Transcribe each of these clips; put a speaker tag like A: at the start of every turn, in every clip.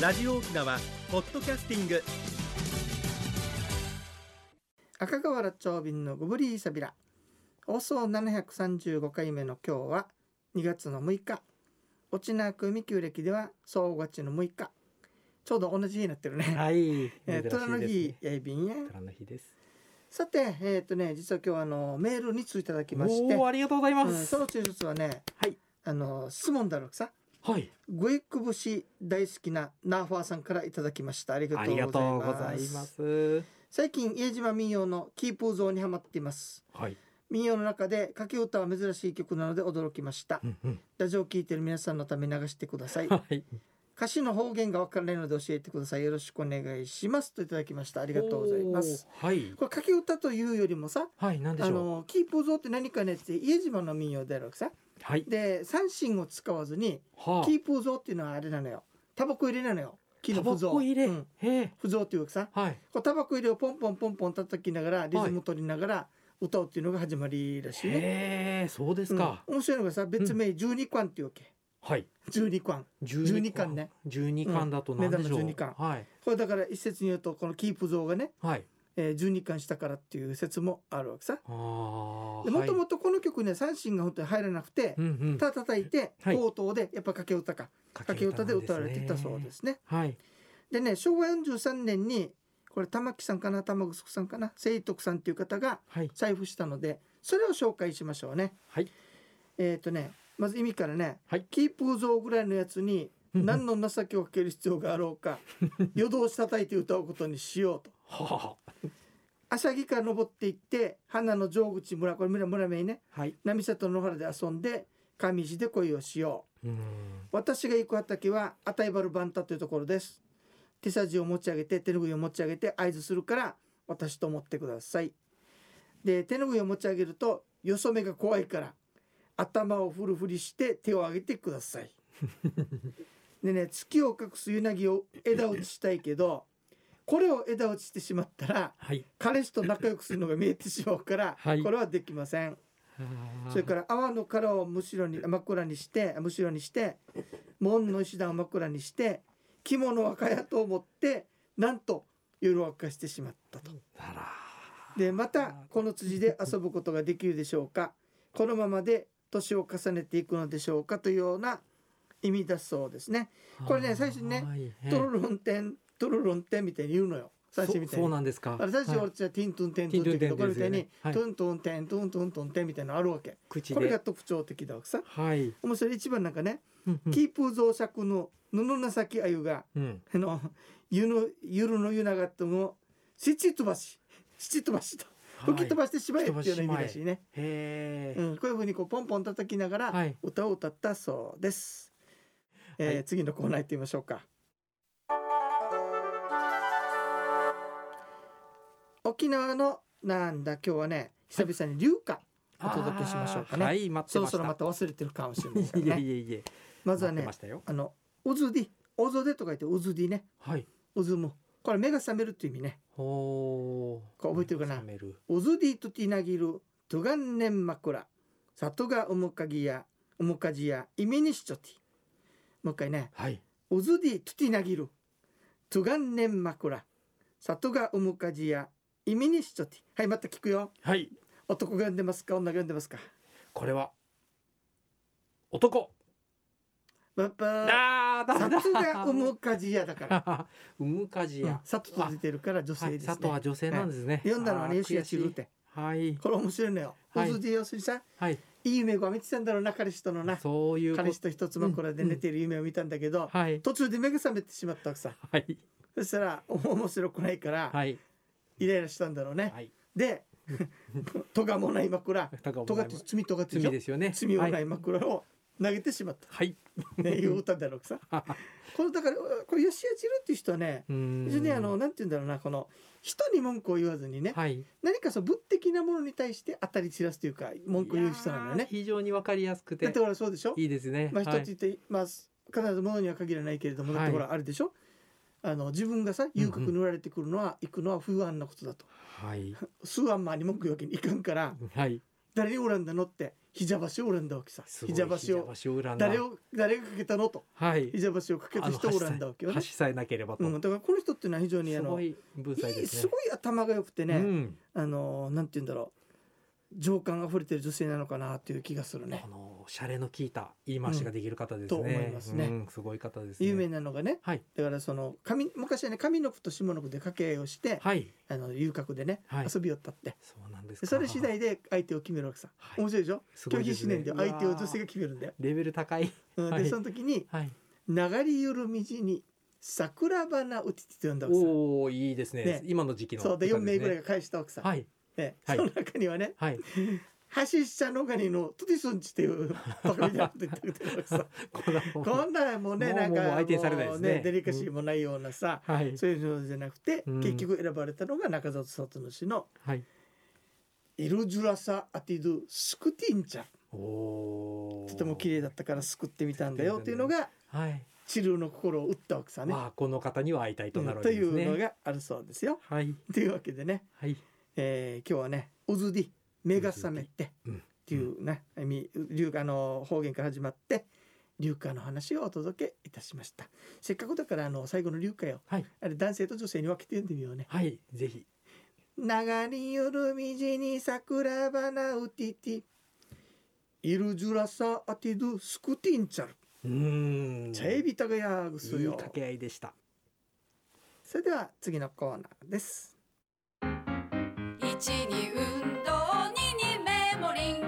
A: ラジオ沖縄ポッドキャスティング
B: 赤瓦町便のゴブリーサビラ放送735回目の今日は2月の6日落ちなく未旧暦では総勝ちの6日ちょうど同じ日になってるね、
C: はい。
B: えー、虎の
C: 珍しい
B: 日
C: ですね。
B: やいびんや
C: 虎の日です。
B: さてえっ、とね実は今日はあのメールについただきまして、
C: おお、ありがとうございま
B: うん
C: す
B: そ。の中卒はね、
C: はい
B: あの質問だろうさ
C: はい。
B: グイクブシ大好きなナーファーさんからいただきましたありが
C: あ
B: とう
C: りが
B: ござ
C: と
B: い
C: う
B: ま
C: ご
B: す
C: ざいます。
B: 最近家島民謡のキープー像にハマっています
C: はい。
B: 民謡の中で掛け歌は珍しい曲なので驚きました
C: うんうん
B: ラジオを聴いてる皆さんのため流してください
C: はい。
B: 歌詞の方言がわからないので教えてくださいよろしくお願いしますといただきましたありがとうございます
C: おー。はい。
B: これ掛け歌というよりもさ
C: はい、なんで
B: あ
C: しょう。
B: のキープー像って何かねって家島の民謡であるわけさ
C: はい。
B: で三振を使わずに
C: はあ
B: キ。ープー像っていうのはあれなのよタバコ入れなのよ木
C: タ
B: の不
C: バ
B: 像
C: コ入れ。
B: うん、
C: へえ。
B: 不像っていうさ
C: はい。
B: こうタバコ入れをポンポンポンポン叩きながらリズム取りながら歌うっていうのが始まりらしいね、
C: へえ、そうですか。
B: うん面白いのがさ別名12巻っていうわけ、
C: はい。
B: 12巻
C: 十
B: 12巻ね。
C: 十二巻だとなんでしょう。
B: うん目玉の12巻
C: はい。
B: これだから一説に言うとこのキープ像がね、
C: はい。
B: えー12巻したからっていう説もあるわけさ
C: ああ。も
B: でもともとこの曲ね三振が本当に入らなくて
C: うんうん。
B: ただ叩いて
C: はい
B: 口頭でやっぱ掛け歌か
C: 掛。
B: 掛け歌で歌われてたそうですすね
C: はい。
B: でね昭和43年にこれ玉木さんかな玉城さんかな清徳さんっていう方が
C: はい。
B: 財布したのでそれを紹介しましょうね
C: はい。
B: えっ、とねまず意味からね、
C: はい
B: キープーゾーぐらいのやつに何
C: の。
B: の情けをかける必要があろう か夜通し叩いて歌うことにしようと
C: は
B: 朝木から登っていって花の城口村これ村村名ね
C: あ。はい。
B: 波里野原で遊んで上地で恋をしよう
C: うん。
B: 私が行く畑はアタイバルバンタというところです手さじを持ち上げて手ぬぐいを持ち上げて合図するから私と思ってくださいで手ぬぐいを持ち上げるとよそ目が怖いから頭をふるふりして手を上げてく ださいでね月を隠すユナギを枝打ちしたいけどこれを枝打ちしてしまったら
C: はい。
B: 彼氏と仲良くするのが見えてしまうから、
C: はい
B: これはできませんそれから泡の殻をむしろに枕にしてむしろにして門の石段を枕にして着物はかやと思ってなんと夜を明かしてしまったと。
C: あら。
B: でまたこの辻で遊ぶことができるでしょうかこのままで年を重ねていくのでしょうかというような意味だそうですね。これね最初にね
C: はい
B: トロロンテントロロンテンみたいに言うのよ最初みたい
C: そうそ
B: に
C: う。なんですか
B: だから最初
C: は
B: 俺
C: い
B: たちはティントゥンテントゥンって言うけどこ
C: テ
B: れ
C: ィン
B: み
C: トゥンテンですよねは
B: たいに
C: い
B: トゥントゥンテントゥントゥントゥンテンみたいなのあるわけ。
C: 口
B: これが
C: で
B: 特徴的だわけさ。
C: はい
B: 面白い一番なんかね、
C: うんうん
B: キープー増作の布の先あゆが
C: うん
B: あの ゆのゆるのゆながともしち飛ばししち飛ばしと吹き飛
C: はい
B: ばしてしまえっていうような意味らしいね、
C: へ
B: う
C: え
B: ん、こういうふうにこうポンポン叩きなが
C: は
B: ら
C: い
B: 歌を歌ったそうです、えー
C: はい
B: 次のコーナー行ってみましょうか沖縄のなんだ今日はね久々に流歌お届けしましょうかね
C: あーはい待って
B: そろ
C: まし
B: そ
C: た
B: ろまた忘れてるかもしれないから
C: いえ
B: ね
C: いえいえ
B: まずは
C: 待って
B: ね
C: ましたよ
B: あの、オズディ、オゾデと書いてオズディね、
C: はい
B: オズム。これ目が覚めるって意味ね。
C: ほー
B: こう覚えてるかな
C: 目覚める
B: オズディとティナギル、トゥガンネンマクラ、サトガウムカギヤ、ウムカジヤ、イミニシチョティ。もう一回ね、
C: はい
B: オズディとティナギル、トゥガンネンマクラ、サトガウムカジヤ、イミニシチョティ。はい、また聞くよ。
C: はい
B: 男が読んでますか女が読んでますか
C: これは男
B: バッバー。
C: あー
B: サ
C: だ
B: トガウ ムカジヤだから。
C: だうむかじや
B: サトと出てるから女性
C: は
B: で
C: い
B: すね。
C: 佐藤は女性なんですね
B: 読んだのは
C: あー
B: ね、よしよし
C: 悔
B: るっ
C: い
B: て。
C: はい
B: これ面白いのよ。
C: はい
B: オズディ要するにさ、
C: はい
B: いい夢を見てたんだろうな、彼氏とのな。
C: そういうこ
B: 彼氏と一つ枕で寝てる夢を見たんだけど、
C: はい
B: 途中で目が覚めてしまったわけさ。
C: はい
B: そしたら、お面白くないから、
C: はい
B: イライラしたんだろうね。
C: はい
B: で、 とがもない枕、
C: とがも
B: と
C: な
B: が
C: い
B: って罪とがって
C: 罪ですよね
B: 罪もな
C: はい
B: い枕を投げてしまった。
C: はい
B: ね、いう歌だろうさ。このだから、これ吉谷チルっていう人はね、
C: うーん
B: 非常にあの、なんて言うんだろうな、この。人に文句を言わずにね、
C: はい
B: 何かその物的なものに対して当たり散らすというか、文句を言う人なんだよ
C: いや
B: ね
C: ー。非常にわかりやすく
B: だ
C: て
B: ってほらそうでしょ
C: いいですね。
B: まあ
C: は
B: 一
C: い
B: つ言って、まあ必ず物には限らないけれどもだっ
C: は
B: て
C: い
B: ほらあるでしょ、あの自分がさ遊郭に売られてくるのは、行くのは不安なことだと
C: はい
B: 数安マンに文句言うわけにいかんから
C: はい
B: 誰に恨んだのってひじゃばしを恨んだわけさ
C: すご
B: ひ
C: い
B: じゃばし
C: ひ
B: を
C: じゃばを恨んだ
B: 誰を誰がかけたのと
C: はい
B: ひじゃばしをかけた人を
C: 橋
B: 恨んだわけよね
C: 橋、さえなければと、
B: うん、だからこの人っていうのは非常にあ
C: す
B: の
C: ご
B: い
C: い文才
B: い
C: です
B: す
C: ね
B: ごい頭が良くてね、
C: うん
B: あのなんて言うんだろう情感あふれてる女性なのかなっていう気がするね
C: あ。の洒落の効いた言い回しができる方ですね。
B: うんと思いますね
C: うんすごい方ですね。
B: 有名なのがね
C: はい
B: だからその上昔はね上の句と下の句で掛け合いをして、
C: はい
B: あの遊郭でね、
C: はい
B: 遊び寄ったって
C: そうなんです
B: で
C: か。
B: それ次第で相手を決めるわけさ、
C: はい
B: 面白いでしょ
C: すご
B: 拒
C: いで
B: 否
C: す
B: し
C: ね
B: ないんだよ相手を
C: うわー
B: 女性が決めるんだよ、
C: レベル高い。
B: うん
C: はい
B: でその時に
C: はい。
B: 「流れゆる道に桜花うち」って呼んだわけさ
C: おおいいですね
B: ね
C: 今の時期の、
B: そうで4名ぐらい
C: が。
B: が返したわけさ、
C: はい
B: ね
C: はい
B: その中にはね
C: はい。
B: 「橋下のがにのトゥディソンチ」っていうバカみたいなこと言ってくれてるわけさ
C: こんなもん
B: こんなんもうね
C: もう
B: なんか
C: もう相手にされないですね
B: もうデリカシーもないようなさ、
C: はい
B: そういうのじゃなくて、
C: うん
B: 結局選ばれたのが中里聡の詩の
C: はい。
B: 「イルジュラサアティドゥスクティンチャ」
C: おお。
B: とても綺麗だったからすくってみたんだよっていうのが
C: はい。
B: 治療の心を打ったわけさね。
C: まあこの方には会いたいとなるわ
B: と
C: け
B: い
C: ですね。
B: うのがあるそうですよ。
C: はい
B: というわけでね、
C: はい。
B: えー今日はね「うずり目が覚めて」
C: うん
B: っていうね、み流あの方言から始まって流歌の話をお届けいたしました。せっかくだからあの最後の流歌よ
C: はい
B: あれ男性と女性に分けて読んでみようね。
C: はいぜひ。
B: 流れよるみじに桜花うてているじゅらさあてどすくてんちゃる
C: うーん。
B: ちゃえびたがやぐす
C: いい
B: よ
C: 掛け合いでした。
B: それでは次のコーナーです
D: 一に運動二にメモリン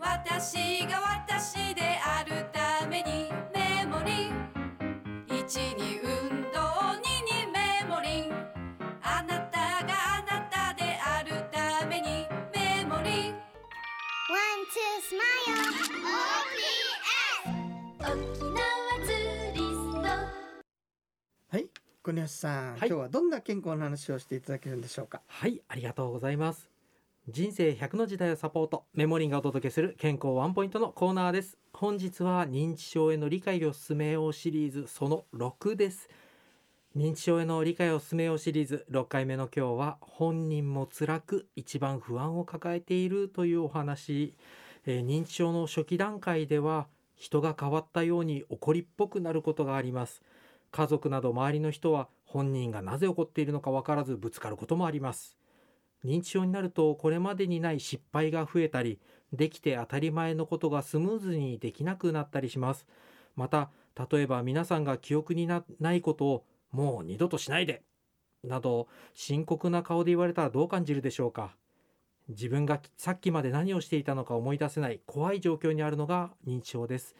D: 私が私であるためにメモリン一に運動二にメモリンあなたがあなたであるためにメモリン
E: One, two,
D: 沖
E: smile. OPS.
D: 縄ツーリスト
B: はい国吉さん、
C: はい
B: 今日はどんな健康の話をしていただけるんでしょうか
C: はい、ありがとうございます。人生100の時代をサポート、メモリンがお届けする健康ワンポイントのコーナーです。本日は認知症への理解を進めようシリーズその6です。認知症への理解を進めようシリーズ6回目の今日は本人も辛く一番不安を抱えているというお話、えー認知症の初期段階では人が変わったように怒りっぽくなることがあります家族など周りの人は本人がなぜ怒っているのか分からずぶつかることもあります認知症になるとこれまでにない失敗が増えたりできて当たり前のことがスムーズにできなくなったりしますまた例えば皆さんが記憶になないことをもう二度としないでなど深刻な顔で言われたらどう感じるでしょうか自分がさっきまで何をしていたのか思い出せない怖い状況にあるのが認知症です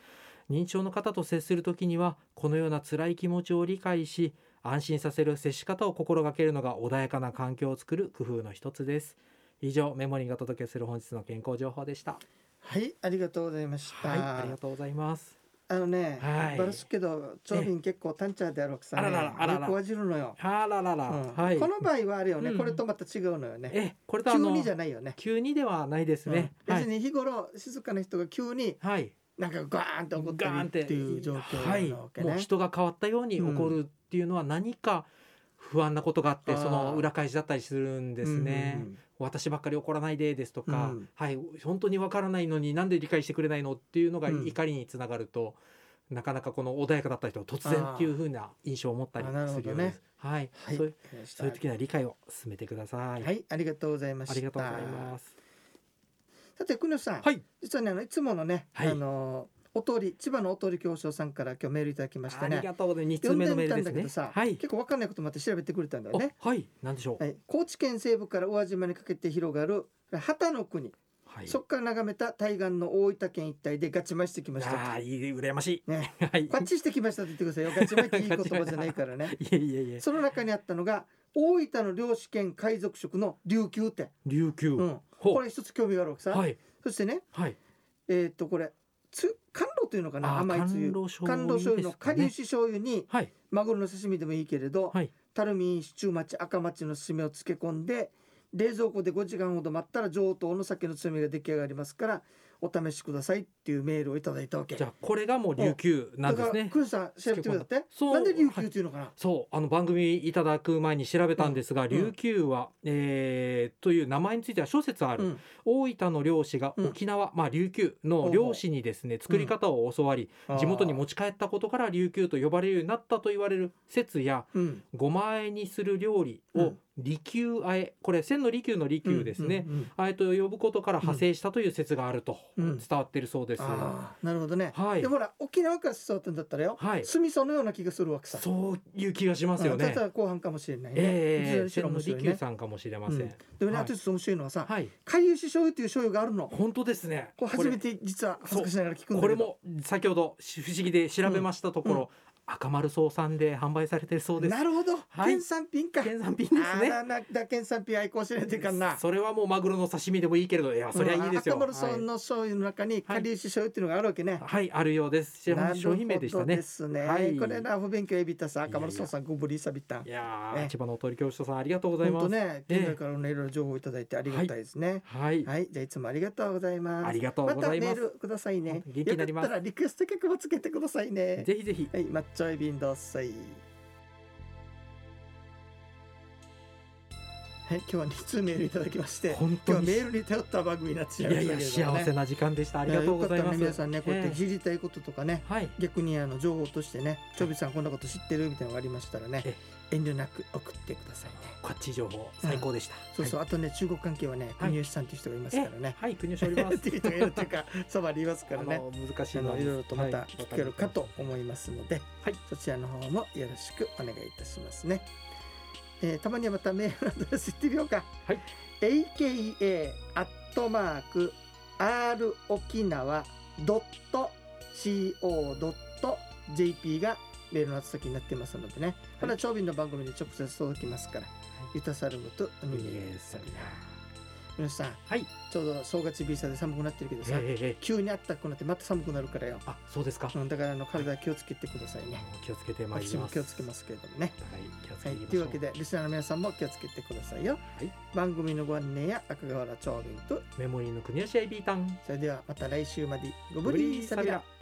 C: 認知症の方と接する時にはこのような辛い気持ちを理解し安心させる接し方を心がけるのが穏やかな環境を作る工夫の一つです以上メモリーがお届けする本日の健康情報でした
B: はいありがとうございました、
C: はいありがとうございます
B: あのね、
C: はい
B: バラすけど長瓶結構タンチャーであるわけさ、ね、
C: あららあらら
B: よくわじるのよ、
C: あららら、
B: うん
C: はい
B: この場合はあれよね、
C: うん
B: これとまた違うのよね
C: えこれとあ
B: 急
C: の
B: にじゃないよね
C: 急にではないですね、
B: うん
C: は
B: 別
C: い
B: に日頃静かな人が急に
C: はい
B: なんかガーンと怒って
C: ガーンっ
B: る
C: て
B: っていう状況なわけね、
C: はい、もう人が変わったように起こるっていうのは何か不安なことがあって、
B: あー
C: その裏返しだったりするんですね、
B: うんうんうん
C: 私ばっかり怒らないでですとか、
B: うん
C: はい本当にわからないのになんで理解してくれないのっていうのが
B: うん
C: 怒りにつながると、なかなかこの穏やかだった人は突然っていう風な印象を持ったり
B: あ
C: す
B: ー
C: るよう
B: あなる
C: です。はい、
B: はい
C: そういう
B: わかりました
C: そういう時には理解を進めてください。
B: はい、ありがとうございました。
C: ありがとうございます。
B: さて、くにょさん、
C: はい、
B: 実はね、あのいつものね、
C: はい
B: あのお通り、千葉のお通り教匠さんから今日メールいただきまし
C: あ
B: て
C: り
B: ね。
C: がとうございます。二通
B: 読
C: 目の
B: んで
C: メ
B: み
C: ー
B: たん
C: ル
B: だ
C: で
B: けど
C: すね
B: さ。、
C: はい、
B: 結構わかんないこともあって調べてくれたんだよね。
C: あはい、なんでしょう。
B: はい、高知県西部から宇和島にかけて広がる旗の国、
C: はい、
B: そこから眺めた対岸の大分県一帯でガチマイしてきました
C: ああー
B: と。
C: いい羨ましい。
B: ね、
C: はい。
B: ガチしてきましたって言ってくださいよ。ガチマイっていい言葉じゃないからね。
C: いえいえいえ。
B: その中にあったのが大分の領主権海賊食の琉球店、
C: 琉球。
B: うん、
C: ほう
B: これ一つ興味があるわけさ、
C: はい
B: そしてね
C: はい。
B: えっ、とこれつ甘露というのか
C: あ
B: な
C: ー
B: 甘いつゆ
C: 甘露醤油
B: 醤油の
C: ですか
B: 顆
C: ね
B: 粒子醤油に
C: はい。
B: マグロの刺身でもいいけれど、
C: はい。
B: たるみシチュー待ち赤町の締めを漬け込んで冷蔵庫で5時間ほど待ったら上等の酒のつまみが出来上がりますからお試しくださいっていうメールをいただいたわけ
C: じゃあこれがもう琉球なんです
B: だから
C: ね
B: クルさん調べてくださって
C: そう
B: なんで琉球っていうのかな、
C: そうあの番組いただく前に調べたんですが、
B: ん
C: 琉球は、えーという名前については諸説ある、
B: うん
C: 大分の漁師が
B: うん
C: 沖縄、まあ、琉球の漁師にですね作り方を教わり、地元に持ち帰ったことから琉球と呼ばれるようになったと言われる説や
B: うん
C: ごま和えにする料理
B: う
C: を
B: ん
C: 利休和えこれ千の利休の利休ですね、
B: うんうんうん
C: あえと呼ぶことから派生したという説があると
B: うん
C: 伝わっているそうです。
B: あーなるほどね、
C: はい
B: でもほら沖縄から伝わったんだったらよ、
C: はい
B: スミソのような気がするわけさ
C: そういう気がしますよ
B: うん
C: ね
B: だった。ら後半かもしれないね、
C: ええ
B: いずれに
C: 千の
B: しろ
C: 利
B: 面白いね
C: 休さんかもしれません。
B: うんでもね、
C: はい
B: あと一つ面白いのはさ、
C: はい、
B: 海遊し醤油っていう醤油があるの
C: 本当ですね。
B: これ初めて実は恥ずかしながら聞くんだ
C: これ
B: けど
C: も先ほどし不思議で調べましたところ、
B: うんう
C: 赤丸荘さんで販売されてるそうです
B: なるほど、
C: はい
B: 県産品か
C: 県産品ですね
B: あーななだ県産品愛好しないといかんな
C: それはもうマグロの刺身でもいいけれどいやそりゃいいですよ、
B: うん赤丸さんの醤油の中にかりゆし醤油っていうのがあるわけね、
C: はい、はい、あるようです知ら
B: な
C: な
B: る
C: い
B: ほ
C: 商
B: ど
C: 品名でしたね
B: すね
C: はい
B: これら不勉強エビタさん赤丸さんさんご無理さびたん
C: いやー、
B: ね
C: 千葉のお通り教室さんありがとうございま
B: 本当
C: す、
B: ね
C: ええ
B: 県外からねいろいろ情報いただいてありがたいですね、
C: はい、
B: はい、じゃあいつもありがとうございます。
C: ありがとうございます
B: またメールくださいね。
C: 元気になります
B: よかったらリクエスト曲もつけてくださいね。
C: ぜひぜひ
B: はい、マッチョイビンドッサイ。はい、今日は二通メールいただきまして、
C: 本
B: 今日
C: 当
B: は
C: に
B: メールに頼った番組になってし
C: い
B: まいま
C: や
B: し
C: い
B: たけれど
C: や
B: もね。
C: 幸せな時間でしたありがとうござい
B: やよかった
C: ま
B: ね
C: す
B: 皆さんね、こうやっ
C: え
B: て
C: え
B: 知りたいこととかね、
C: はい
B: 逆にあの情報としてね、ちょびさんこんなこと知ってるみたいなのがありましたらね
C: え、
B: 遠慮なく送ってくださいね。
C: こっち情報最高でした、
B: そうそう、
C: は
B: あとね、中国関係はね、国吉さんという人がいま
C: い、
B: す
C: え
B: からね
C: え。はい国をしておりま
B: っ
C: す
B: ていう人がいるという か、そばにいますか
C: あ
B: らね。
C: の難しい
B: あの
C: の
B: いろいろとまた
C: はい
B: 聞けるかと思いますので、
C: はい
B: そちらの方もよろしくお願いいたしますね、えー、たまにはまたメールアドレス言ってみようか、
C: はい
B: aka アットマーク r 沖縄ドット co ドット jp がメールの宛先になってますのでね、これは長瓶の番組で直接届きますから、ゆたさるむとうみえさびな皆さん
C: はい
B: ちょうど総勝ち B 社で寒くなってるけど
C: え
B: さ、
C: えええ
B: 急にあったかくなってまた寒くなるからよ
C: あそうですか、
B: うん、だからあの体気をつけてくださいね。
C: 気をつけてまいります
B: 私も気をつけますけれどもね。
C: お互い気をつけ
B: はい、
C: ていきましょう、
B: というわけでリスナーの皆さんも気をつけてくださいよ。
C: はい
B: 番組のご案内や赤瓦長瓶と
C: メモリーの国吉 IB タン
B: それではまた来週までご無理さびら。